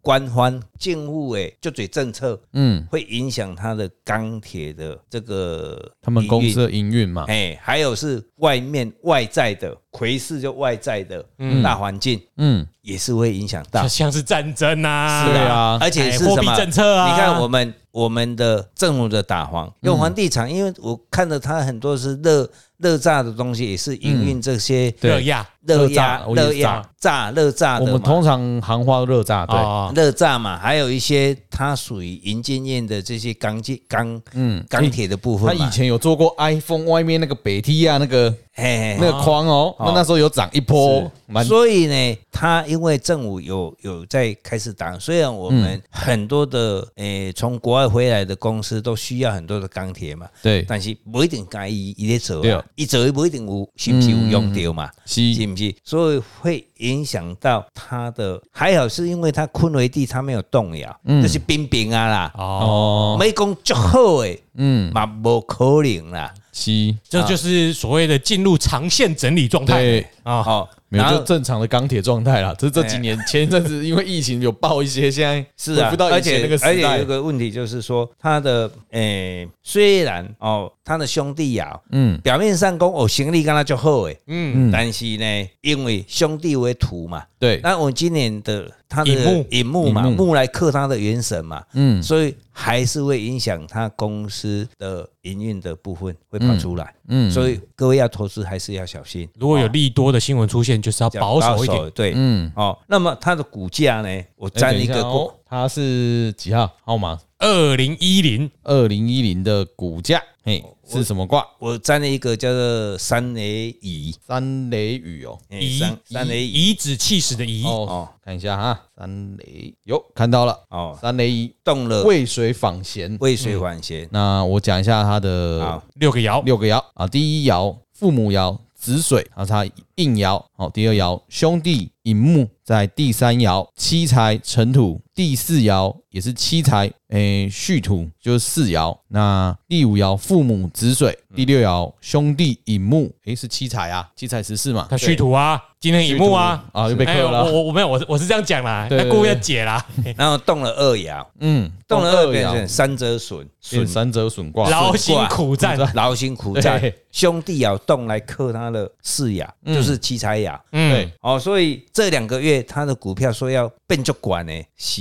[SPEAKER 3] 官方政府的就嘴政策
[SPEAKER 1] 嗯，
[SPEAKER 3] 会影响它的钢铁的这个
[SPEAKER 1] 他们公
[SPEAKER 3] 营
[SPEAKER 1] 司
[SPEAKER 3] 运。
[SPEAKER 1] 的营运嘛，
[SPEAKER 3] 哎，还有是外面外在的魁氏，就外在的大环境
[SPEAKER 1] 嗯，
[SPEAKER 3] 也是会影响到
[SPEAKER 2] 就，像是战争啊，
[SPEAKER 1] 是啊
[SPEAKER 3] 而且是
[SPEAKER 2] 哎货
[SPEAKER 3] 什
[SPEAKER 2] 币
[SPEAKER 3] 么
[SPEAKER 2] 政策啊
[SPEAKER 3] 你看我们我们的政府的打房，用房地产，因为我看到它很多是热热炸的东西，也是营运这些
[SPEAKER 1] 嗯对
[SPEAKER 2] 热压
[SPEAKER 3] 热
[SPEAKER 1] 热炸
[SPEAKER 3] 压、
[SPEAKER 1] 我也
[SPEAKER 3] 热
[SPEAKER 1] 是
[SPEAKER 3] 压炸、热炸的
[SPEAKER 1] 我
[SPEAKER 3] 嘛。
[SPEAKER 1] 们通啊常行话热炸，对，
[SPEAKER 2] 哦
[SPEAKER 3] 热炸嘛，还有一些它属于银建业的这些钢筋钢嗯钢铁的部
[SPEAKER 1] 哎他
[SPEAKER 3] 分嘛
[SPEAKER 1] 以，前有做过 iPhone 外面那个北梯啊，那个
[SPEAKER 3] 嘿
[SPEAKER 1] 那
[SPEAKER 3] 嘿
[SPEAKER 1] 个框哦，那那时候有涨一波，蛮
[SPEAKER 3] 所以呢，它因为政府有有在开始打，虽然我
[SPEAKER 1] 嗯
[SPEAKER 3] 们很多的诶从国外回来的公司都需要很多的钢铁嘛，
[SPEAKER 1] 对，
[SPEAKER 3] 但是不一定该伊伊咧做
[SPEAKER 1] 对嗯
[SPEAKER 3] 啊
[SPEAKER 1] 哦，
[SPEAKER 3] 伊做伊不一定有是不是有用到嘛，是
[SPEAKER 1] 是，
[SPEAKER 3] 不是？所以会影响到它的，还好是因为它坤为地，它没有动摇，这是冰冰啊啦，
[SPEAKER 2] 哦，
[SPEAKER 1] 嗯哦，
[SPEAKER 3] 没讲足好诶。
[SPEAKER 1] 嗯，
[SPEAKER 3] 嘛无可能啦，
[SPEAKER 1] 是，
[SPEAKER 2] 这就是所谓的进入长线整理状态
[SPEAKER 1] 对
[SPEAKER 2] 啊。
[SPEAKER 3] 哦，
[SPEAKER 1] 没有
[SPEAKER 3] 然后哎
[SPEAKER 1] 就正常的钢铁状态啦。只是这几年前一阵子因为疫情有爆一些，现在
[SPEAKER 3] 是啊
[SPEAKER 1] 回不，到
[SPEAKER 3] 而
[SPEAKER 1] 以前
[SPEAKER 3] 且
[SPEAKER 1] 那个时
[SPEAKER 3] 而且有
[SPEAKER 1] 代
[SPEAKER 3] 一。个问题就是说，他的诶、虽然哦，他的兄弟啊呀、
[SPEAKER 1] 嗯，
[SPEAKER 3] 表面上讲哦，行李跟他就好诶，
[SPEAKER 2] 嗯，
[SPEAKER 1] 嗯
[SPEAKER 3] 但是呢，因为兄弟为徒嘛，
[SPEAKER 1] 对，
[SPEAKER 3] 那我今年的他
[SPEAKER 2] 引
[SPEAKER 3] 的
[SPEAKER 2] 木
[SPEAKER 3] 引木嘛，
[SPEAKER 1] 引木
[SPEAKER 3] 木来克他的元神嘛，
[SPEAKER 1] 嗯
[SPEAKER 3] 所以还是会影响他公司的营运的部分会跑出来，
[SPEAKER 1] 嗯
[SPEAKER 3] 所以各位要投资还是要小心，
[SPEAKER 2] 如果有利多的新闻出现，就是要
[SPEAKER 3] 要
[SPEAKER 2] 保守一点。，
[SPEAKER 3] 对，
[SPEAKER 1] 嗯，
[SPEAKER 3] 哦，那么它的股价呢，我
[SPEAKER 1] 哎等
[SPEAKER 3] 占一
[SPEAKER 1] 下
[SPEAKER 3] 个
[SPEAKER 1] 哦
[SPEAKER 3] 过，
[SPEAKER 1] 它是几号号码？
[SPEAKER 2] 二零一零
[SPEAKER 1] 二零一零的股价，嘿，
[SPEAKER 3] 哦
[SPEAKER 1] 是什么卦？
[SPEAKER 3] 我占了一个叫做三雷乙，
[SPEAKER 1] 三雷雨哦。
[SPEAKER 3] 哎
[SPEAKER 2] 乙
[SPEAKER 3] 三三雷乙
[SPEAKER 2] 颐指气使的颐，
[SPEAKER 1] 哦
[SPEAKER 3] 哦，
[SPEAKER 1] 看一下哈，三雷有看到了，
[SPEAKER 3] 哦，
[SPEAKER 1] 三雷一
[SPEAKER 3] 动了
[SPEAKER 1] 渭水访贤。
[SPEAKER 3] 渭水缓弦，
[SPEAKER 1] 那我讲一下它的
[SPEAKER 3] 好，
[SPEAKER 2] 六个爻，
[SPEAKER 1] 六个爻啊，第一爻父母爻子水，啊，它应爻。好，第二爻兄弟寅木，在第三爻七财辰土，第四爻也是七财，诶，戌土就是四爻。那第五爻父母子水，第六爻兄弟寅木，诶，是七财啊，七财十四嘛
[SPEAKER 2] 他，虚土啊，今天乙木啊，
[SPEAKER 1] 啊又被克
[SPEAKER 2] 哎我
[SPEAKER 1] 了，
[SPEAKER 2] 我我没有，我是我是这样讲啦，
[SPEAKER 1] 对对
[SPEAKER 2] 他
[SPEAKER 1] 对
[SPEAKER 2] 故意要解啦，
[SPEAKER 3] 然后动了二爻，
[SPEAKER 1] 嗯，
[SPEAKER 3] 动了二变
[SPEAKER 1] 爻
[SPEAKER 3] 成三折损，
[SPEAKER 1] 变
[SPEAKER 3] 损
[SPEAKER 1] 三折损卦，
[SPEAKER 2] 劳辛苦战，
[SPEAKER 3] 劳辛苦战
[SPEAKER 1] 对，
[SPEAKER 3] 兄弟爻动来克他的四爻，就是七财
[SPEAKER 2] 嗯
[SPEAKER 3] 爻。
[SPEAKER 1] 对，
[SPEAKER 3] 哦，所以这两个月他的股票说要变就管呢，是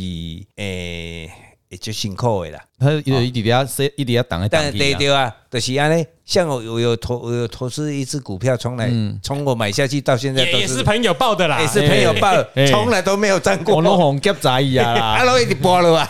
[SPEAKER 3] 诶、也就辛苦的啦。
[SPEAKER 1] 他一直一直要塞，一直要挡在挡
[SPEAKER 3] 但
[SPEAKER 1] 地
[SPEAKER 3] 对
[SPEAKER 1] 啊。
[SPEAKER 3] 对啊，就是安尼。像我有有投我有投资一只股票，从来
[SPEAKER 1] 嗯
[SPEAKER 3] 从我买下去到现在
[SPEAKER 2] 也
[SPEAKER 3] 都
[SPEAKER 2] 也是
[SPEAKER 3] 是
[SPEAKER 2] 朋友报的啦，哎
[SPEAKER 3] 也是朋友报
[SPEAKER 1] 嘿，嘿
[SPEAKER 3] 从来都没有赚过
[SPEAKER 1] 哎我。拢红夹杂伊啊啦，
[SPEAKER 3] 啊，都一直播 落来，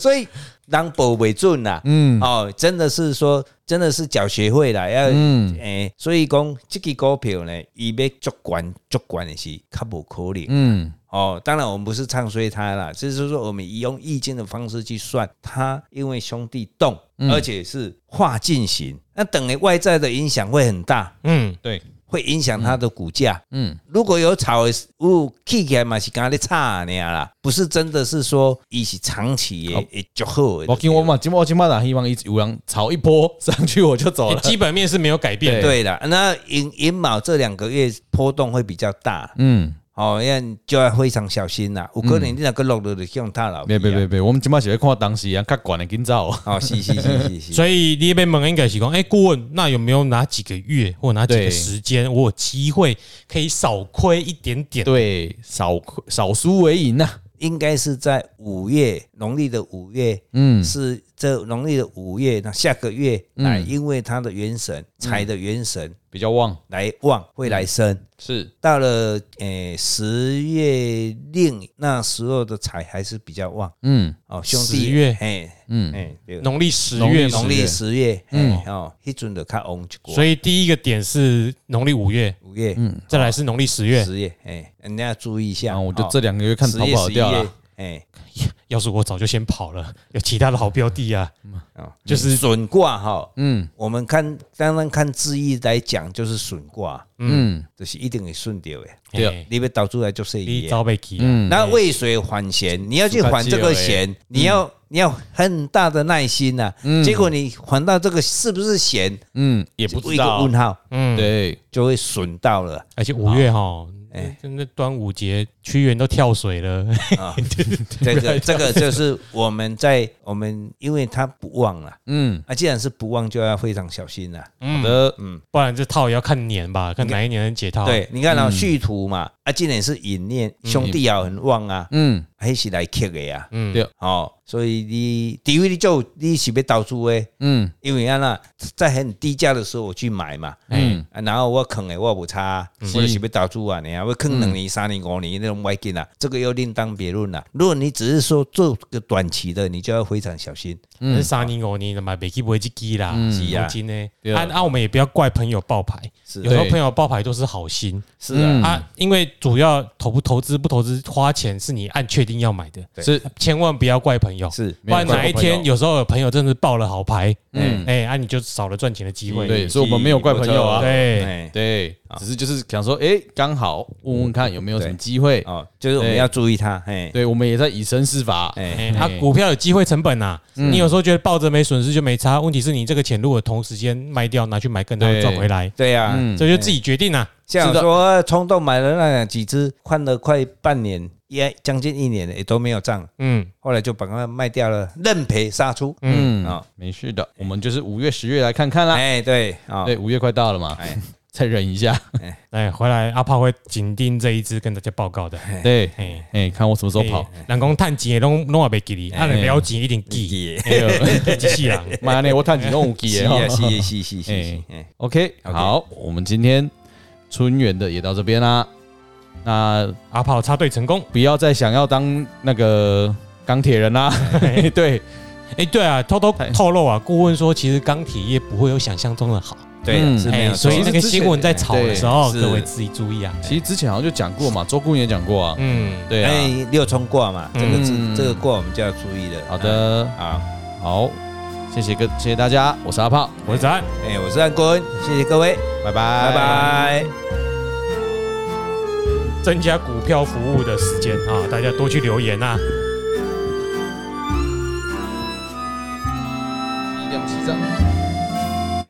[SPEAKER 3] 所以人保为准啦。嗯，哦，真的是说，真的是缴学费啦，要
[SPEAKER 1] 嗯
[SPEAKER 3] 诶，所以讲这个股票呢，伊要足悬足悬的是较无可能。
[SPEAKER 1] 嗯，
[SPEAKER 3] 哦，当然我们不是唱衰它啦，只是说我们以用易经的方式去算它，因为兄弟动，
[SPEAKER 1] 嗯
[SPEAKER 3] 而且是化进行，那等于外在的影响会很大，
[SPEAKER 2] 嗯，
[SPEAKER 1] 对，
[SPEAKER 3] 会影响它的股价。
[SPEAKER 1] 嗯，
[SPEAKER 3] 如果有炒的物起起来嘛是跟咧差尔啦，不是真的是说伊是长期的会较好的。
[SPEAKER 1] 我今我嘛，今我今嘛，希望一直有人炒一波 上去我就走了。
[SPEAKER 2] 基本面是没有改变的，
[SPEAKER 3] 对了，那银银卯这两个月波动会比较大，
[SPEAKER 1] 嗯，
[SPEAKER 3] 哦，要就要非常小心啦。有可能你那个落落就用它了，
[SPEAKER 1] 嗯别别别别，我们今嘛是要看当时啊，较管的紧走。
[SPEAKER 3] 哦，是是是 是是，
[SPEAKER 2] 所以你被蒙应该是讲，哎，顾问，那有没有哪几个月或哪几
[SPEAKER 1] 对
[SPEAKER 2] 个时间，我有机会可以少亏一点点？
[SPEAKER 1] 对，少亏少输为赢啊呐。
[SPEAKER 3] 应该是在五月农历的五月，
[SPEAKER 1] 嗯
[SPEAKER 3] 是这农历的五月，那下个月来，
[SPEAKER 1] 嗯
[SPEAKER 3] 因为它的元神财的元神
[SPEAKER 1] 比较旺
[SPEAKER 3] 来旺会来生。
[SPEAKER 1] 是，
[SPEAKER 3] 到了诶十月令那时候的财还是比较旺
[SPEAKER 1] 嗯
[SPEAKER 3] 哦，兄弟
[SPEAKER 2] 十月
[SPEAKER 3] 哎
[SPEAKER 1] 嗯，
[SPEAKER 3] 哎，对
[SPEAKER 2] 农历十
[SPEAKER 1] 农历
[SPEAKER 2] 月嘛，
[SPEAKER 3] 农历十月
[SPEAKER 1] 嗯
[SPEAKER 3] 嗯哦，一准的看旺一过，
[SPEAKER 2] 所以第一个点是农历五月，
[SPEAKER 3] 五月
[SPEAKER 1] 嗯
[SPEAKER 2] 再来是农历十月。
[SPEAKER 3] 十月哎，你要注意一下
[SPEAKER 1] 然后我就
[SPEAKER 3] 哦
[SPEAKER 1] 这两个月看
[SPEAKER 3] 十
[SPEAKER 1] 跑
[SPEAKER 3] 月
[SPEAKER 1] 不跑掉
[SPEAKER 3] 十一
[SPEAKER 1] 了
[SPEAKER 3] 月。哎，
[SPEAKER 2] 要是我早就先跑
[SPEAKER 1] 嗯
[SPEAKER 2] 了，有其他的好标的啊，
[SPEAKER 3] 哦
[SPEAKER 2] 就是
[SPEAKER 3] 损卦哈，
[SPEAKER 1] 嗯
[SPEAKER 3] 我们看当然看字义来讲就是损卦，
[SPEAKER 1] 嗯
[SPEAKER 3] 就是一定会顺掉的，
[SPEAKER 1] 对啊
[SPEAKER 2] 哎
[SPEAKER 3] 你被导出来就是
[SPEAKER 2] 你
[SPEAKER 3] 一
[SPEAKER 2] 早被啊起。
[SPEAKER 1] 嗯，
[SPEAKER 3] 那渭水还钱，你要去还这个钱，你要你要很大的耐心呐、结果你还到这个是不是钱，
[SPEAKER 1] 嗯也嗯不
[SPEAKER 3] 一
[SPEAKER 1] 知
[SPEAKER 3] 个
[SPEAKER 1] 道
[SPEAKER 3] 问。号
[SPEAKER 2] 嗯，
[SPEAKER 1] 对，
[SPEAKER 3] 就会损 到了。
[SPEAKER 2] 而且五月哈，
[SPEAKER 1] 哎
[SPEAKER 2] 那那端午节屈原都跳水了，
[SPEAKER 3] 这个这个就是我们在我们，因为他不忘了。
[SPEAKER 1] 嗯，
[SPEAKER 3] 啊，既然是不忘，就要非常小心了、啊
[SPEAKER 1] 好的，
[SPEAKER 2] 不然这套也要看年吧，看哪一年能解套。，
[SPEAKER 3] 对，你
[SPEAKER 1] 嗯
[SPEAKER 3] 看啊，续图嘛，啊，今年是引念，兄弟要很旺啊，
[SPEAKER 1] 嗯
[SPEAKER 3] 还是来克的呀、啊。
[SPEAKER 2] 嗯
[SPEAKER 1] 对，
[SPEAKER 3] 哦，所以你，除非你就你是要投资的，
[SPEAKER 1] 嗯
[SPEAKER 3] 因为啊那在很低价的时候我去买嘛，
[SPEAKER 1] 嗯
[SPEAKER 3] 啊，然后我坑诶，我无差啊，我就是要投资啊，你啊，我坑两年、三年、五年那种外劲啊，这个又另当别论了。如果你只是说做个短期的，你就要非常小心。
[SPEAKER 2] 那三年五年的嘛，北基不会去记啦，
[SPEAKER 3] 是啊
[SPEAKER 2] 真呢。
[SPEAKER 1] 对
[SPEAKER 2] 啊啊，我们也不要怪朋友爆牌，
[SPEAKER 3] 是
[SPEAKER 2] 有时候
[SPEAKER 1] 对
[SPEAKER 2] 朋友爆牌都是好心
[SPEAKER 3] 是啊，
[SPEAKER 1] 嗯
[SPEAKER 2] 啊，因为主要投不投资不投资，花钱是你按确定要买的，
[SPEAKER 1] 是
[SPEAKER 2] 千万不要怪朋友，
[SPEAKER 3] 是
[SPEAKER 2] 不然哪一天有时候有朋友真的爆了好牌，
[SPEAKER 1] 嗯
[SPEAKER 2] 嗯，哎，啊你就少了赚钱的机会。
[SPEAKER 1] 对所以我们没有怪朋友啊
[SPEAKER 2] 对
[SPEAKER 3] 嗯哎
[SPEAKER 1] 对，只是就是想说，哎，刚好问问看有没有什么机会。
[SPEAKER 3] 哦，就是我们要注意它，哎，
[SPEAKER 1] 对，我们也在以身试法。
[SPEAKER 3] 哎，
[SPEAKER 2] 哎，它股票有机会成本呐、你有时候觉得抱着没损失就没差，问题是你这个钱如果同时间卖掉，拿去买更多
[SPEAKER 1] 对
[SPEAKER 2] 赚回来，
[SPEAKER 3] 对啊，
[SPEAKER 1] 嗯
[SPEAKER 2] 这就自己决定啦、啊
[SPEAKER 3] 像
[SPEAKER 1] 是的
[SPEAKER 3] 说冲动买了那两几只，换了快半年，也将近一年了，也都没有涨，
[SPEAKER 2] 嗯，
[SPEAKER 3] 后来就把它卖掉了，认赔杀出。
[SPEAKER 1] 嗯
[SPEAKER 3] 啊
[SPEAKER 1] 没事的，我们就是五月、十月来看看啦。
[SPEAKER 3] 哎，对啊，
[SPEAKER 1] 对，五月快到了嘛，再忍一下。
[SPEAKER 2] 哎，回来阿炮会紧盯这一只跟大家报告的。
[SPEAKER 1] 对，
[SPEAKER 2] 嘿，
[SPEAKER 1] 哎，看我什么时候跑。
[SPEAKER 2] 嘿，人讲趁钱的拢拢也袂记哩，啊，人了钱一定 记，
[SPEAKER 3] 是
[SPEAKER 2] 哎呦，一世人。
[SPEAKER 1] 妈呢，我探几弄
[SPEAKER 3] 是
[SPEAKER 1] 记的
[SPEAKER 3] 啊，
[SPEAKER 1] 哦。
[SPEAKER 3] 是是是是是
[SPEAKER 1] 哎，
[SPEAKER 3] 哎
[SPEAKER 1] OK，好，我们今天春园的也到这边啦。那
[SPEAKER 2] 阿炮插队成 功。
[SPEAKER 1] 不要再想要当那个钢铁人啦。对，
[SPEAKER 2] 哎，对啊，偷偷
[SPEAKER 1] 哎
[SPEAKER 2] 透露啊，顾问说其实钢铁业不会有想象中的好，
[SPEAKER 3] 对啊，
[SPEAKER 1] 嗯
[SPEAKER 3] 是没
[SPEAKER 2] 哎，
[SPEAKER 3] 有错，哎
[SPEAKER 2] 所以那个新闻在炒的时候，
[SPEAKER 3] 对是
[SPEAKER 2] 各位自己注意啊。
[SPEAKER 1] 其实之前好像就讲过嘛，周顾问也讲过啊。
[SPEAKER 2] 嗯，
[SPEAKER 1] 对啊，
[SPEAKER 3] 哎六冲卦嘛，这个
[SPEAKER 1] 嗯
[SPEAKER 3] 字这个卦我们就要注意了。
[SPEAKER 1] 好的，
[SPEAKER 3] 啊，
[SPEAKER 1] 好，谢谢各谢谢大家，我是阿炮，
[SPEAKER 2] 我是子安。
[SPEAKER 3] 哎，我是安国恩，谢谢各位，
[SPEAKER 1] 拜拜
[SPEAKER 3] 拜拜。
[SPEAKER 2] 增加股票服务的时间啊，大家多去留言啊。
[SPEAKER 1] 一点七张。